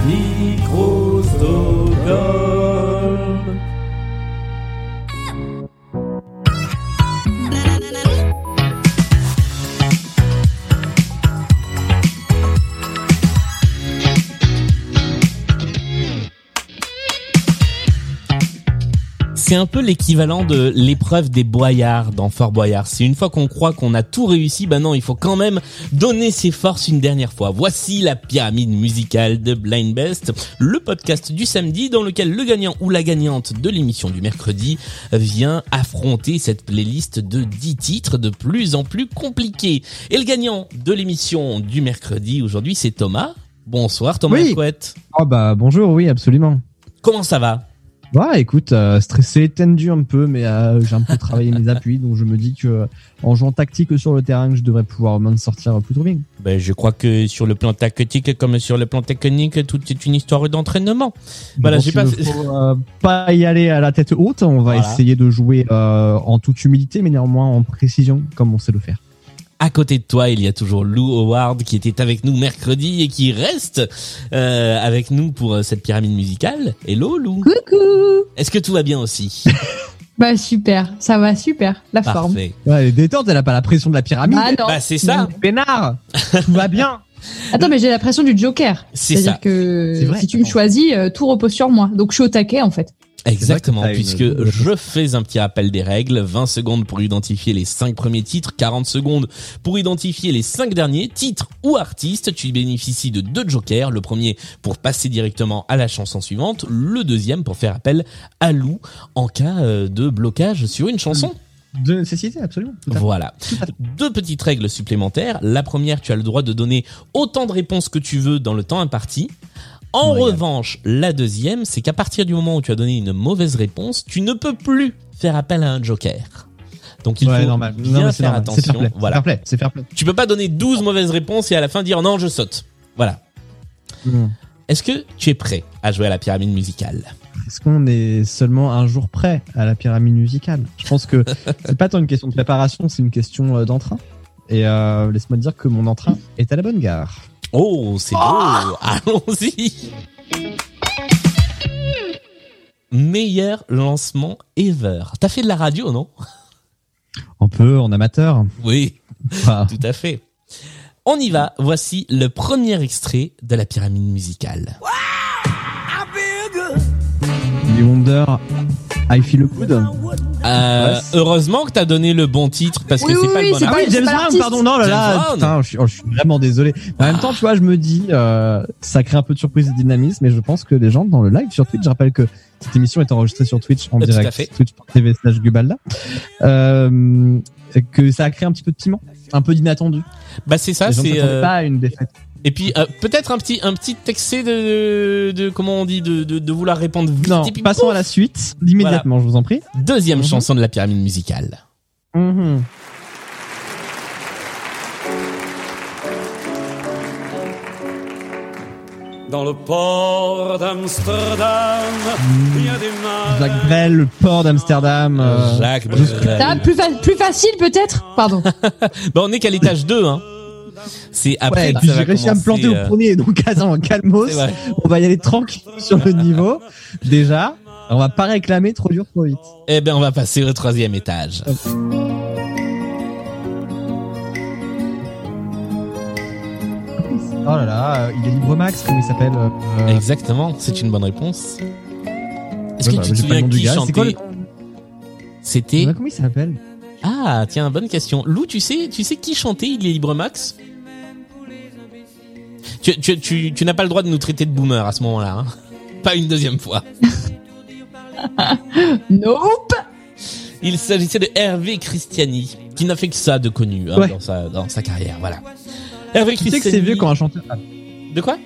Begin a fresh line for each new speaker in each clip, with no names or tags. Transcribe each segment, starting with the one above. Micro Stockholm.
C'est un peu l'équivalent de l'épreuve des boyards dans Fort Boyard. C'est une fois qu'on croit qu'on a tout réussi, ben non, il faut quand même donner ses forces une dernière fois. Voici la pyramide musicale de Blind Best, le podcast du samedi dans lequel le gagnant ou la gagnante de l'émission du mercredi vient affronter cette playlist de 10 titres de plus en plus compliqués. Et le gagnant de l'émission du mercredi aujourd'hui, c'est Thomas. Bonsoir Thomas
Oui.
Couette.
Ah bah bonjour, oui, absolument.
Comment ça va
Bah écoute, euh, stressé, tendu un peu, mais euh, j'ai un peu travaillé mes appuis, donc je me dis que euh, en jouant tactique sur le terrain, je devrais pouvoir m'en sortir plutôt bien.
Ben, je crois que sur le plan tactique comme sur le plan technique, tout est une histoire d'entraînement. Voilà, Bah
Donc,
j'ai
il
pas
ne
fait-
faut, euh, pas y aller à la tête haute, on va
Voilà.
essayer de jouer euh, en toute humilité, mais néanmoins en précision, comme on sait le faire.
À côté de toi, il y a toujours Lou Howard qui était avec nous mercredi et qui reste euh, avec nous pour euh, cette pyramide musicale. Hello Lou.
Coucou
Est-ce que tout va bien aussi
Bah super, ça va super, la forme.
Parfait.
Ouais, elle est détente, elle a pas la pression de la pyramide.
Ah non,
Bah c'est ça,
Pénard, tout va bien.
attends mais j'ai la pression du Joker.
c'est ça.
C'est-à-dire que
C'est vrai,
si tu me
attends.
choisis, euh, tout repose sur moi. Donc je suis au taquet en fait.
Exactement,
C'est vrai que t'as
puisque
une-
je fais un petit rappel des règles, 20 secondes pour identifier les 5 premiers titres, 40 secondes pour identifier les 5 derniers titres ou artistes, tu bénéficies de deux jokers, le premier pour passer directement à la chanson suivante, le deuxième pour faire appel à Lou en cas euh, de blocage sur une chanson.
De nécessité, absolument. tout à fait.
Voilà. Deux petites règles supplémentaires. La première, tu as le droit de donner autant de réponses que tu veux dans le temps imparti. En
Royal.
revanche, la deuxième, c'est qu'à partir du moment où tu as donné une mauvaise réponse, tu ne peux plus faire appel à un joker. Donc il
Ouais,
faut
normal.
bien
Non, mais c'est
faire
normal. C'est
attention.
fair play.
Voilà.
Fair play, C'est fair play.
Tu peux pas donner 12 mauvaises réponses et à la fin dire oh non, je saute. Voilà.
Mm.
Est-ce que tu es prêt à jouer à la pyramide musicale
Est-ce qu'on est seulement un jour près à la pyramide musicale Je pense que c'est pas tant une question de préparation, c'est une question euh, d'entrain. Et euh, laisse-moi te dire que mon entrain est à la bonne gare.
Oh, c'est beau Allons-y Meilleur lancement ever. T'as fait de la radio, non
Un peu en amateur. Ah.
Oui,
Enfin,
tout à fait. On y va, voici le premier extrait de la pyramide musicale.
les Wonder, I feel good.
Euh,
Ouais.
heureusement que t'as donné le bon titre parce
Oui,
que c'est
oui,
pas le
oui,
bon
c'est
Ah
artiste.
pas- Bah, c'est pas l'artiste.
pardon, non, là,
James
là,
Brown.
putain, je suis, oh, je suis vraiment désolé. Mais en même temps, tu vois, je me dis, euh, ça crée un peu de surprise et de dynamisme, et je pense que les gens dans le live sur Twitch, je rappelle que cette émission est enregistrée sur Twitch en
Tout à fait.
direct, twitch.tv slash gubalda, euh, que ça a créé un petit peu de piment, un peu d'inattendu.
Bah c'est ça,
les gens ne
c'est.
s'attendaient
euh,
pas à une défaite.
Et puis euh, peut-être un petit un petit excès de, de comment on dit de, de, de vouloir répondre vite.
Non,
et puis
passons à la suite, immédiatement, je vous en prie.
boum, deuxième
Mhm.
chanson de la pyramide musicale.
Mhm.
Dans le port d'Amsterdam, il y a des marins.
Jacques Brel, le port d'Amsterdam. euh,
Jacques
je suis-
Brel.
Ah, plus, fa- plus facile peut-être Pardon.
Bah on est qu'à l'étage 2 hein. C'est après
Ouais,
que
puis
ça
j'ai
va
réussi à me
commencer,
planter au
euh,
premier, donc attends, calmos.
c'est vrai.
On va y aller tranquille sur le niveau. Déjà, on va pas réclamer trop dur, trop vite.
Eh ben on va passer au troisième
Ah,
étage.
Oh là là, euh, il est libre max, comment il s'appelle euh,
Exactement, c'est une bonne réponse. Est-ce que
bah,
tu te
j'ai
souviens
pas le nom du
qui
gars, c'est quoi
chantait C'était
euh, Comment il s'appelle
ah tiens bonne question. Lou, tu sais tu sais qui chantait Il est libre Max Tu tu tu, tu n'as pas le droit de nous traiter de boomer à ce moment-là. hein. Pas une deuxième fois.
Nope
Il s'agissait de Hervé Christiani, qui n'a fait que ça de connu hein,
Ouais.
dans, sa, dans sa carrière, voilà. Hervé
Tu sais
Christiani.
que c'est vieux quand un chanteur. Ah,
De quoi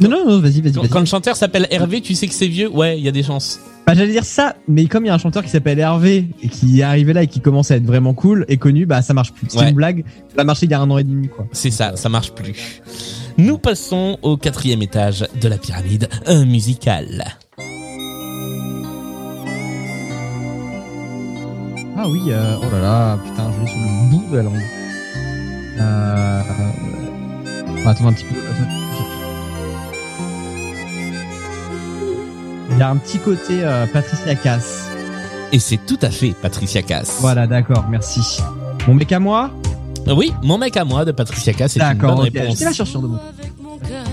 Non, non, non, vas-y, vas-y,
quand,
vas-y.
quand le chanteur s'appelle Hervé, tu sais que c'est vieux Ouais, il y a des chances.
Bah, J'allais dire ça, mais comme il y a un chanteur qui s'appelle Hervé et qui est arrivé là et qui commence à être vraiment cool et connu, bah ça marche plus. C'est
Ouais.
une blague, ça a marché il y a un an et demi, quoi.
C'est ça, ça marche plus. Nous passons au quatrième étage de la pyramide euh, musicale.
Ah oui, euh, oh là là, putain, je l'ai sur le bout de la langue. Euh, euh, on va attendre un petit peu. attends. Il y a un petit côté euh, Patricia Cass.
Et c'est tout à fait Patricia Cass.
Voilà, d'accord, merci. Mon mec à moi
Oui, mon mec à moi de Patricia Cass, c'est une bonne
D'accord, ok.
réponse.
J'étais là sur sur de mots.
Avec mon cœur,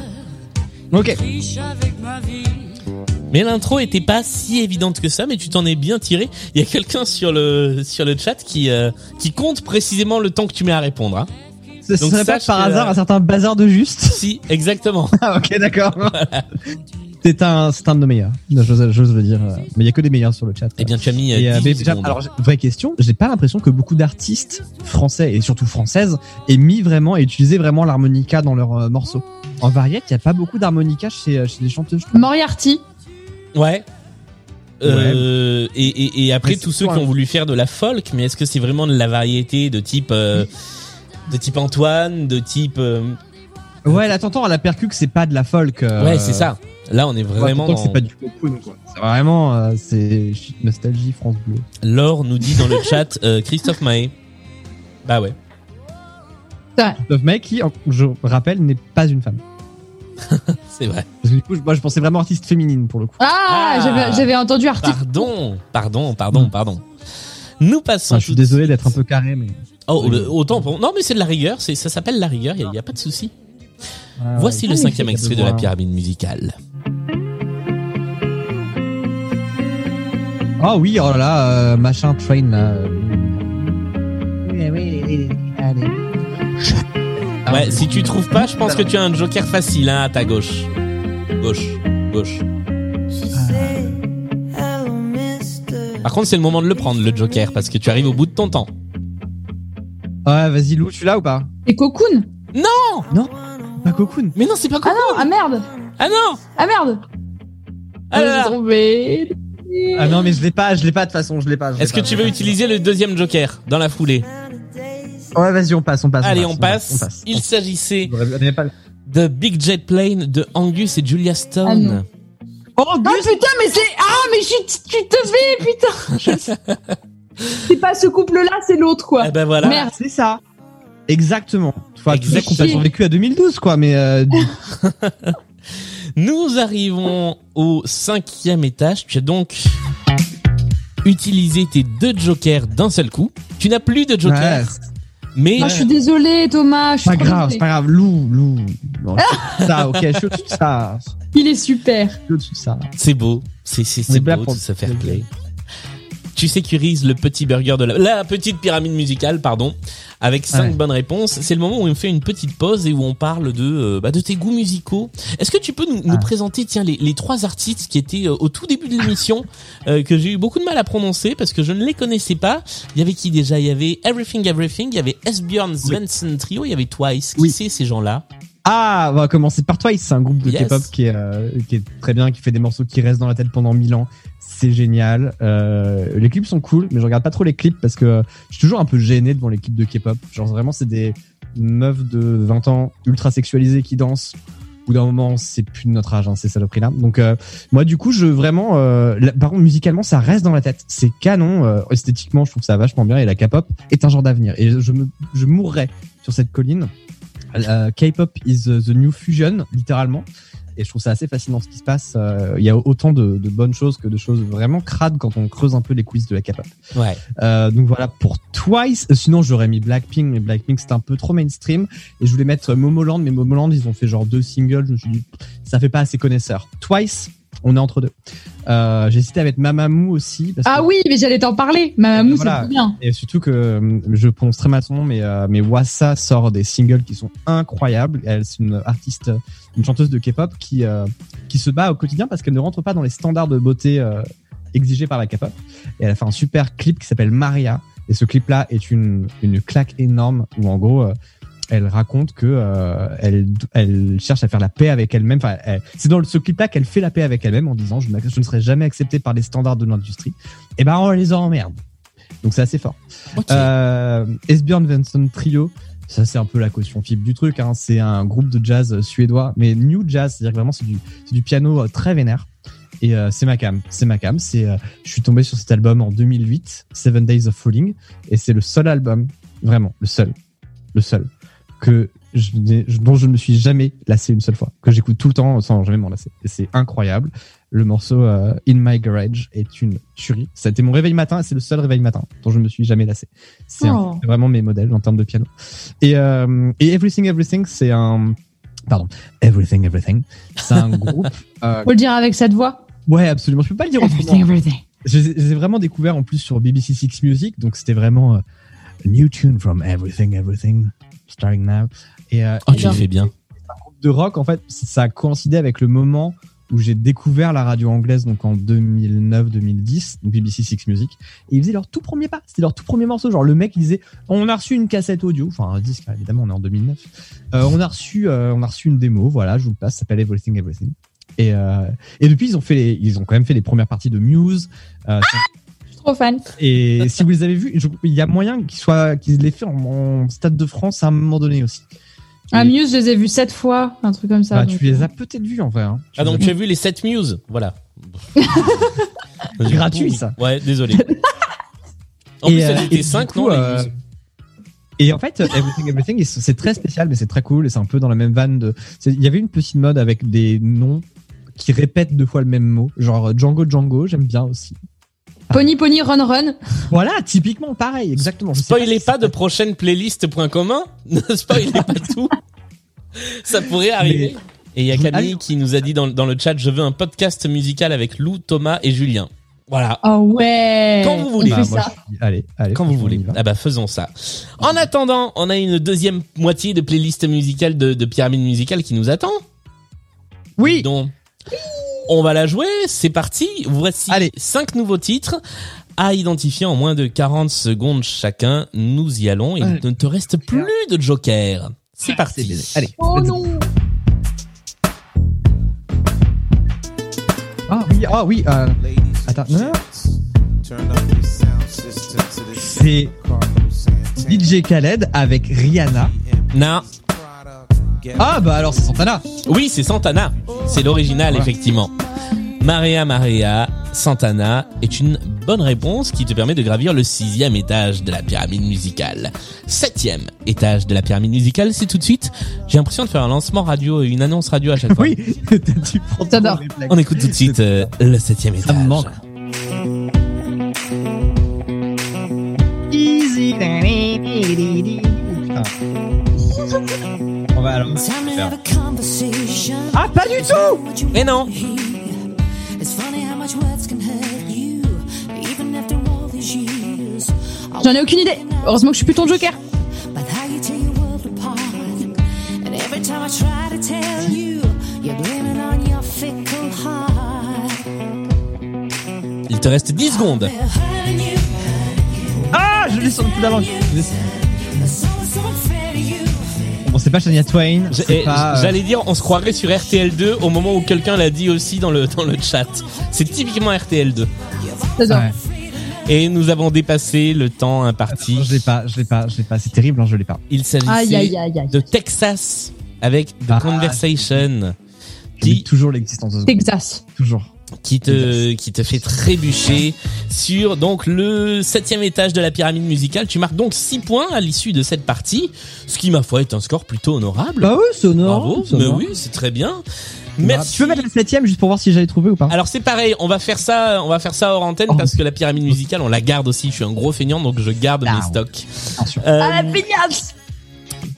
Ok.
riche avec ma vie.
Mais l'intro était pas si évidente que ça, mais tu t'en es bien tiré. Il y a quelqu'un sur le sur le chat qui euh, qui compte précisément le temps que tu mets à répondre. Hein.
Ce
Donc, euh,
serait pas
sache
par
que-
hasard un certain bazar de juste
Si, exactement.
Ah, ok, d'accord. C'est un, c'est un de hein. nos meilleurs. J'ose, j'ose le dire. euh, Mais il y a que des meilleurs sur le chat.
Eh bien, tu as mis. euh,
Et, euh,
18
mais déjà,
secondes.
alors, j'ai- vraie question, j'ai pas l'impression que beaucoup d'artistes français et surtout françaises aient mis vraiment et utilisé vraiment l'harmonica dans leurs euh, morceaux. En variette, il y a pas beaucoup d'harmonica chez, euh, chez les chanteuses. je trouve.
Moriarty.
Ouais. Euh, et, et, et après
Mais c'est
tous ceux
quoi,
qui
hein
ont voulu faire de la folk, mais est-ce que c'est vraiment de la variété de type euh, de type Antoine, de type euh,
Ouais, là, t'entends, à la percu que c'est pas de la folk. euh,
ouais c'est ça. Là on est
ouais,
vraiment
t'entends que
dans...
c'est pas du cocoon, quoi. C'est vraiment, euh, c'est shit, nostalgie France Bleu.
Laure nous dit dans le chat euh, Christophe Maé. Bah ouais.
Sauf mec qui, en- je rappelle, n'est pas une femme.
C'est vrai.
Parce que du coup, je- moi, je pensais vraiment artiste féminine pour le coup.
Ah.
Ah, j'avais- j'avais entendu
Bah.
artiste.
Pardon, pardon, pardon, pardon. Nous passons.
Enfin, Mm. Ah, je suis
tout de
désolé
suite-
d'être un peu carré, mais.
Oh, le- autant pour. Non, mais c'est de la rigueur. C'est ça s'appelle la rigueur. Il n'y a, pas de souci.
Ah,
Voici le
ouais. Ah,
cinquième
il faut
extrait de la
voir.
pyramide musicale.
Ah oui, oh là là, euh, machin train là. Oui, oui, oui, allez. Ah,
ouais, si tu trouves pas, je pense que tu as un joker facile hein, à ta gauche. Gauche, gauche.
She said, hello, mister.
Par contre, c'est le moment de le prendre le joker parce que tu arrives au bout de ton temps.
Ouais, vas-y, Lou, tu suis là ou pas
Et Cocoon.
Non Pas Bah, Cocoon
Mais non, c'est pas
Ah
cool.
non, ah merde.
Ah non.
Ah merde.
Ah là
j'ai
là.
trouvé.
Ah non, mais je l'ai pas, je l'ai pas de toute façon, je l'ai pas. je l'ai
Est-ce que
pas.
tu veux utiliser le deuxième joker dans la foulée
Ouais, vas-y, on passe, on passe.
Allez, on
On
passe.
passe.
Il s'agissait
On passe. On pas le-
de Big Jet Plane de Angus et Julia
Ah non.
Stone.
Oh putain, mais c'est. Ah, mais je suis- tu te fais, putain. Je- C'est pas ce couple-là, c'est l'autre, quoi.
Ah ben voilà.
Merde.
C'est ça. Exactement. Enfin, tu sais qu'on
Exactement.
a survécu à 2012, quoi, mais euh,
Nous arrivons au cinquième étage. Tu as donc utilisé tes deux jokers d'un seul coup. Tu n'as plus de joker,
ouais,
mais
Ah, je suis désolée, Thomas. Je suis
c'est pas
trop
grave,
désolée.
c'est pas grave. Lou, Lou. Bon, ça, ok, je suis au-dessus de ça.
Il est super.
Je suis au-dessus de ça.
c'est beau. C'est c'est
On
c'est
est là
beau
pour-
de se faire play. Tu sécurises le petit burger de la, la petite pyramide musicale, pardon, avec cinq
Ouais.
bonnes réponses. C'est le moment où on fait une petite pause et où on parle de euh, bah, de tes goûts musicaux. Est-ce que tu peux nous, nous
Ah.
présenter tiens les, les trois artistes qui étaient euh, au tout début de l'émission euh, que j'ai eu beaucoup de mal à prononcer parce que je ne les connaissais pas. Il y avait qui déjà Il y avait Everything Everything, il y avait Esbjörn Svensson Trio, il y avait Twice. Qui
Oui.
c'est ces gens-là
Ah, on va commencer par Twice, c'est un groupe de
Yes.
K-pop qui, est, euh, qui est très bien, qui fait des morceaux qui restent dans la tête pendant mille ans. C'est génial. Euh, les clips sont cool, mais je regarde pas trop les clips parce que euh, je suis toujours un peu gêné devant les clips de K-pop. Genre vraiment, c'est des meufs de 20 ans ultra sexualisées qui dansent. Au bout d'un moment, c'est plus de notre âge, hein, ces saloperies-là. Donc euh, moi, du coup, je vraiment, euh, là- par contre, musicalement, ça reste dans la tête. C'est canon. euh, esthétiquement, je trouve ça vachement bien. Et la K-pop est un genre d'avenir. Et je me, je mourrais sur cette colline. Euh, K-pop is the new fusion, littéralement. Et je trouve ça assez fascinant ce qui se passe. Euh, Il y a autant de, de bonnes choses que de choses vraiment crades quand on creuse un peu les coulisses de la K-pop.
Ouais.
Euh, donc voilà pour Twice. Euh, Sinon, j'aurais mis Blackpink, mais Blackpink c'était un peu trop mainstream. Et je voulais mettre Momoland, mais Momoland ils ont fait genre deux singles. Je me suis dit, ça fait pas assez connaisseur. Twice, on est entre deux. Euh, J'hésitais à mettre Mamamoo aussi. Parce que
Ah oui, mais j'allais t'en parler. Mamamou,
Voilà.
c'est bien.
et surtout que euh, je prononce très mal son nom, mais, euh, mais Wassa sort des singles qui sont incroyables. Elle, c'est une artiste, une chanteuse de K-pop qui, euh, qui se bat au quotidien parce qu'elle ne rentre pas dans les standards de beauté euh, exigés par la K-pop. Et elle a fait un super clip qui s'appelle Maria. Et ce clip-là est une, une claque énorme où en gros, euh, elle raconte que euh, elle, elle cherche à faire la paix avec elle-même. Enfin, elle- c'est dans ce clip-là qu'elle fait la paix avec elle-même en disant je, n'ac- je ne serai jamais acceptée par les standards de l'industrie. Et ben on les emmerde. Donc c'est assez fort.
Ok.
Euh, Esbjörn Svensson Trio, ça c'est un peu la caution fibre du truc. Hein. C'est un groupe de jazz euh, suédois, mais new jazz, c'est-à-dire que vraiment c'est du, c'est du piano euh, très vénère. Et euh, c'est ma cam, c'est ma cam. C'est, euh, je suis tombé sur cet album en 2008, Seven Days of Falling, et c'est le seul album, vraiment le seul, le seul que je n'ai- dont je ne me suis jamais lassé une seule fois, que j'écoute tout le temps sans jamais m'en lasser. Et c'est incroyable. Le morceau euh, In My Garage est une tuerie. Ça a été mon réveil matin et c'est le seul réveil matin dont je me suis jamais lassé. C'est un-
Oh.
c'est vraiment mes modèles en termes de piano. Et, euh, et Everything Everything, c'est un. Pardon, Everything Everything. C'est un groupe. euh,
Faut le dire avec cette voix.
ouais, absolument. Je peux pas le dire autrement.
Everything, everything.
Je les ai- je les ai vraiment découverts en plus sur BBC Six Music, donc c'était vraiment euh, New Tune from Everything, Everything, starting now. Et, euh,
Oh,
et
tu le
un
fais bien.
groupe de rock, en fait, ça a coïncidé avec le moment où j'ai découvert la radio anglaise, donc en 2009-2010, donc BBC Six Music, et ils faisaient leur tout premier pas, c'était leur tout premier morceau. Genre, le mec, il disait On a reçu une cassette audio, enfin un disque, évidemment, on est en 2009. Euh, on, a reçu, euh, on a reçu une démo, voilà, je vous le passe, ça s'appelle Everything, Everything. Et, euh, et depuis, ils ont, fait les- ils ont quand même fait les premières parties de Muse. euh,
Je suis trop fan.
et si vous les avez vus, je- il y a moyen qu'ils soient, qu'ils l'aient fait en, en Stade de France à un moment donné aussi.
Ah,
Et-
Muse, je les ai vus sept fois, un truc comme ça.
Bah,
donc.
tu les as peut-être vus en vrai. hein. Tu
Ah
les
donc
as-
tu as vu les 7 Muse, voilà. J'ai
Gratuit,
pourri.
ça.
Ouais, désolé. En
Et,
plus,
euh,
elles
et
étaient
du
5,
coup,
non les
euh,
Muse
Et en fait, Everything Everything, ils sont- c'est très spécial, mais c'est très cool. Et c'est un peu dans la même vanne de. c'est- Il y avait une petite mode avec des noms qui répètent deux fois le même mot. Genre Django Django, j'aime bien aussi.
Pony Pony Run Run.
Voilà, typiquement pareil, exactement. Je sais
Spoilez
si
pas
c'est-
de
Bah,
prochaine playlist point commun. Ne spoilez pas tout. Ça pourrait arriver. Et il y a Camille
Allez.
qui nous a dit dans, dans le chat, je veux un podcast musical avec Lou, Thomas et Julien. Voilà.
Oh ouais.
Quand vous voulez.
On
Bah,
fait
moi,
ça.
je dis, Allez, allez.
Quand vous
on
voulez.
y va.
Ah bah faisons ça. En attendant, on a une deuxième moitié de playlist musicale de, de pyramide musicale qui nous attend.
Oui.
Donc, on va la jouer. C'est parti. Voici
Allez.
cinq nouveaux titres à identifier en moins de 40 secondes chacun. Nous y allons. Il
Allez.
ne te reste plus de joker. C'est parti.
Allez.
Oh
let's go.
non.
Ah oui, ah oui. euh,
Attends, non, non.
C'est DJ Khaled avec Rihanna.
Non.
Ah bah alors c'est Santana.
Oui, c'est Santana. C'est l'original, effectivement. Maria Maria Santana est une bonne réponse qui te permet de gravir le sixième étage de la pyramide musicale. Septième étage de la pyramide musicale, c'est tout de suite. J'ai l'impression de faire un lancement radio et une annonce radio à chaque fois.
Oui, tu prends ton
J'adore.
réflexe.
On écoute tout de suite euh, le septième étage.
me manque. Easy. Putain. On va alors. Ah pas du tout.
Mais non.
J'en ai aucune idée. Heureusement que je suis plus ton joker.
But how you tear your world apart. And every time I try to tell you, you're blaming on your fickle heart.
Il te reste 10 secondes.
They're hurting you,
Ah je l'ai sur le bout de la langue. Je l'ai sur-
so it's so unfair to you.
Bon c'est pas Shania Twain.
J'ai-
c'est
eh,
pas, euh,
J'allais dire, on se croirait sur RTL2 au moment où quelqu'un l'a dit aussi dans le, dans le chat. C'est typiquement RTL2.
J'adore.
ouais.
Et nous avons dépassé le temps imparti.
Je l'ai pas, je l'ai pas, je l'ai pas. C'est terrible, hein, je l'ai pas.
Il
Aïe, aïe,
s'agissait
aïe, aïe.
de Texas avec The
Ah,
Conversation
J'oublie
qui,
toujours l'existence de ce groupe.
Texas.
Toujours.
qui, te, qui te fait trébucher sur donc le septième étage de la pyramide musicale. Tu marques donc 6 points à l'issue de cette partie, ce qui, ma foi, est un score plutôt honorable.
Bah oui, c'est Bah,
Bravo, mais oui, c'est très bien. Merci.
Tu peux mettre la septième juste pour voir si j'avais trouvé ou pas
Alors c'est pareil, on va faire ça, on va faire ça hors antenne
Oh.
parce que la pyramide musicale, on la garde aussi. Je suis un gros feignant, donc je garde mes
Ah,
stocks.
bien sûr.
Euh,
Ah, la pignasse.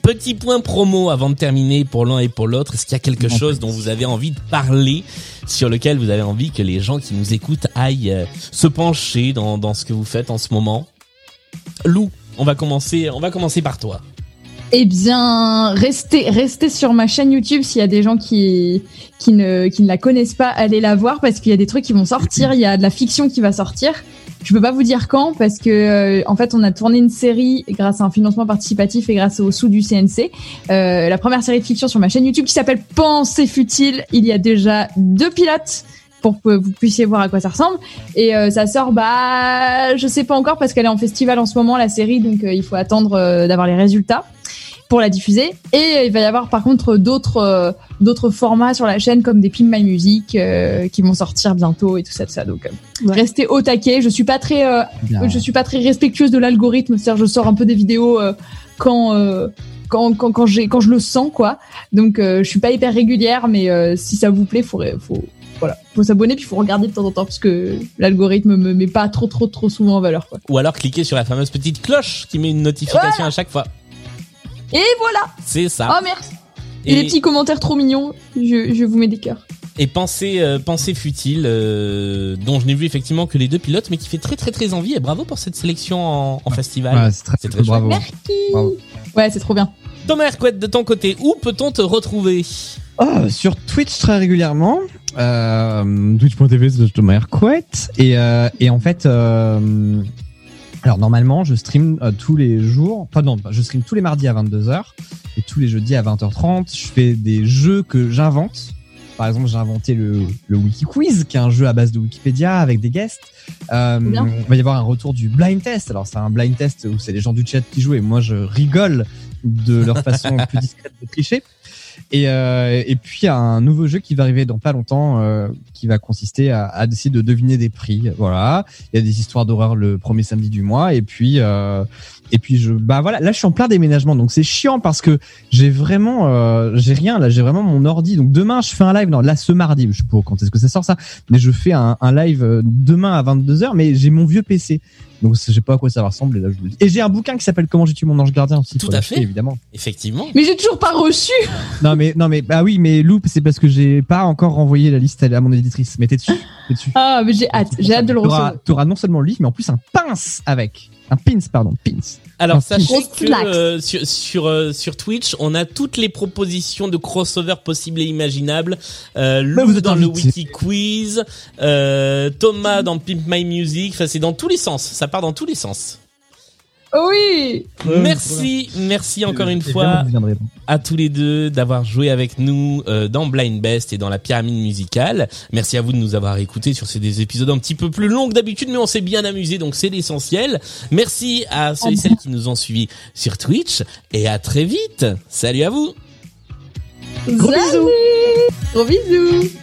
Petit point promo avant de terminer pour l'un et pour l'autre. Est-ce qu'il y a quelque
Non,
chose
pas.
dont vous avez envie de parler, sur lequel vous avez envie que les gens qui nous écoutent aillent euh, se pencher dans, dans ce que vous faites en ce moment Lou, on va commencer, on va commencer par toi.
Eh bien, restez, restez sur ma chaîne YouTube s'il y a des gens qui, qui, ne, qui ne la connaissent pas, allez la voir parce qu'il y a des trucs qui vont sortir, il y a de la fiction qui va sortir. Je peux pas vous dire quand parce que euh, en fait on a tourné une série grâce à un financement participatif et grâce aux sous du CNC. Euh, la première série de fiction sur ma chaîne YouTube qui s'appelle Pensée futile. Il y a déjà deux pilotes pour que vous puissiez voir à quoi ça ressemble. Et euh, ça sort, bah, je sais pas encore parce qu'elle est en festival en ce moment la série, donc euh, il faut attendre euh, d'avoir les résultats pour la diffuser. Et euh, il va y avoir par contre d'autres euh, d'autres formats sur la chaîne comme des Pim My Music euh, qui vont sortir bientôt et tout ça, tout ça. Donc euh, restez au taquet. Je suis pas très euh,
Bien.
je suis pas très respectueuse de l'algorithme, c'est-à-dire je sors un peu des vidéos euh, quand euh, quand quand quand j'ai quand je le sens quoi. Donc euh, je suis pas hyper régulière, mais euh, si ça vous plaît, faut ré- faut voilà, faut s'abonner puis faut regarder de temps en temps parce que l'algorithme me met pas trop trop trop souvent en valeur quoi.
Ou alors cliquez sur la fameuse petite cloche qui met une notification à chaque fois.
Et voilà.
C'est ça.
Oh merci. Et, les
Ah. et,
petits commentaires trop mignons, je je vous mets des cœurs.
et pensée, euh, pensée futile, euh, dont je n'ai vu effectivement que les deux pilotes, mais qui fait très très très envie. Et bravo pour cette sélection en, en festival.
Ouais, c'est très,
c'est
très,
très
bravo.
Merci.
Oh. Bravo.
Ouais, c'est trop bien.
Thomas Hercouet, de ton côté, où peut-on te retrouver
Oh, sur Twitch très régulièrement. Euh, Twitch.tv slash Thomas Hercouet. Et, euh, et en fait, euh, alors normalement, je stream euh, tous les jours. Enfin non, je stream tous les mardis à 22h et tous les jeudis à 20h30. Je fais des jeux que j'invente. Par exemple, j'ai inventé le, le Wiki Quiz, qui est un jeu à base de Wikipédia avec des guests. Euh,
Bien.
il va y avoir un retour du blind test. Alors c'est un blind test où c'est les gens du chat qui jouent et moi je rigole de leur façon plus discrète de tricher. Et, euh, et puis il y a un nouveau jeu qui va arriver dans pas longtemps, euh, qui va consister à, à essayer de deviner des prix. Voilà, il y a des histoires d'horreur le premier samedi du mois. Et puis euh, et puis je bah voilà, là je suis en plein déménagement, donc c'est chiant parce que j'ai vraiment euh, j'ai rien là, j'ai vraiment mon ordi. Donc demain je fais un live, non là ce mardi, je sais pas quand est-ce que ça sort ça, mais je fais un, un live euh, demain à 22h, mais j'ai mon vieux PC. Donc je sais pas à quoi ça va ressembler là. Je vous le dis. Et j'ai un bouquin qui s'appelle Comment j'ai tué mon ange gardien aussi.
Tout
faut
à
l'acheter,
fait.
évidemment.
Effectivement.
Mais j'ai toujours pas reçu.
Non mais non mais bah oui mais loup c'est parce que j'ai pas encore renvoyé la liste à, à mon éditrice. Mais t'es dessus, t'es dessus.
Ah, mais j'ai hâte, j'ai hâte de le
T'auras-
recevoir.
T'auras non seulement le livre mais en plus un pince avec un pins pardon pins.
Alors
Un
sachez
petit-
que
Grosse claque.
euh, sur sur, euh, sur Twitch, on a toutes les propositions de crossover possibles et imaginables. Euh, Lou
vous êtes
dans le
invité.
Wiki Quiz, euh, Thomas dans Pimp My Music. Enfin, c'est dans tous les sens. Ça part dans tous les sens.
Oh oui.
Merci, merci encore une
Et
fois
vraiment, vous viendrez.
à tous les deux d'avoir joué avec nous euh, dans Blind Best et dans la pyramide musicale. Merci à vous de nous avoir écoutés sur ces des épisodes un petit peu plus longs que d'habitude, mais on s'est bien amusé, donc c'est l'essentiel. Merci à ceux et celles qui nous ont suivis sur Twitch et à très vite. Salut à vous.
Gros bisous. Gros bisous.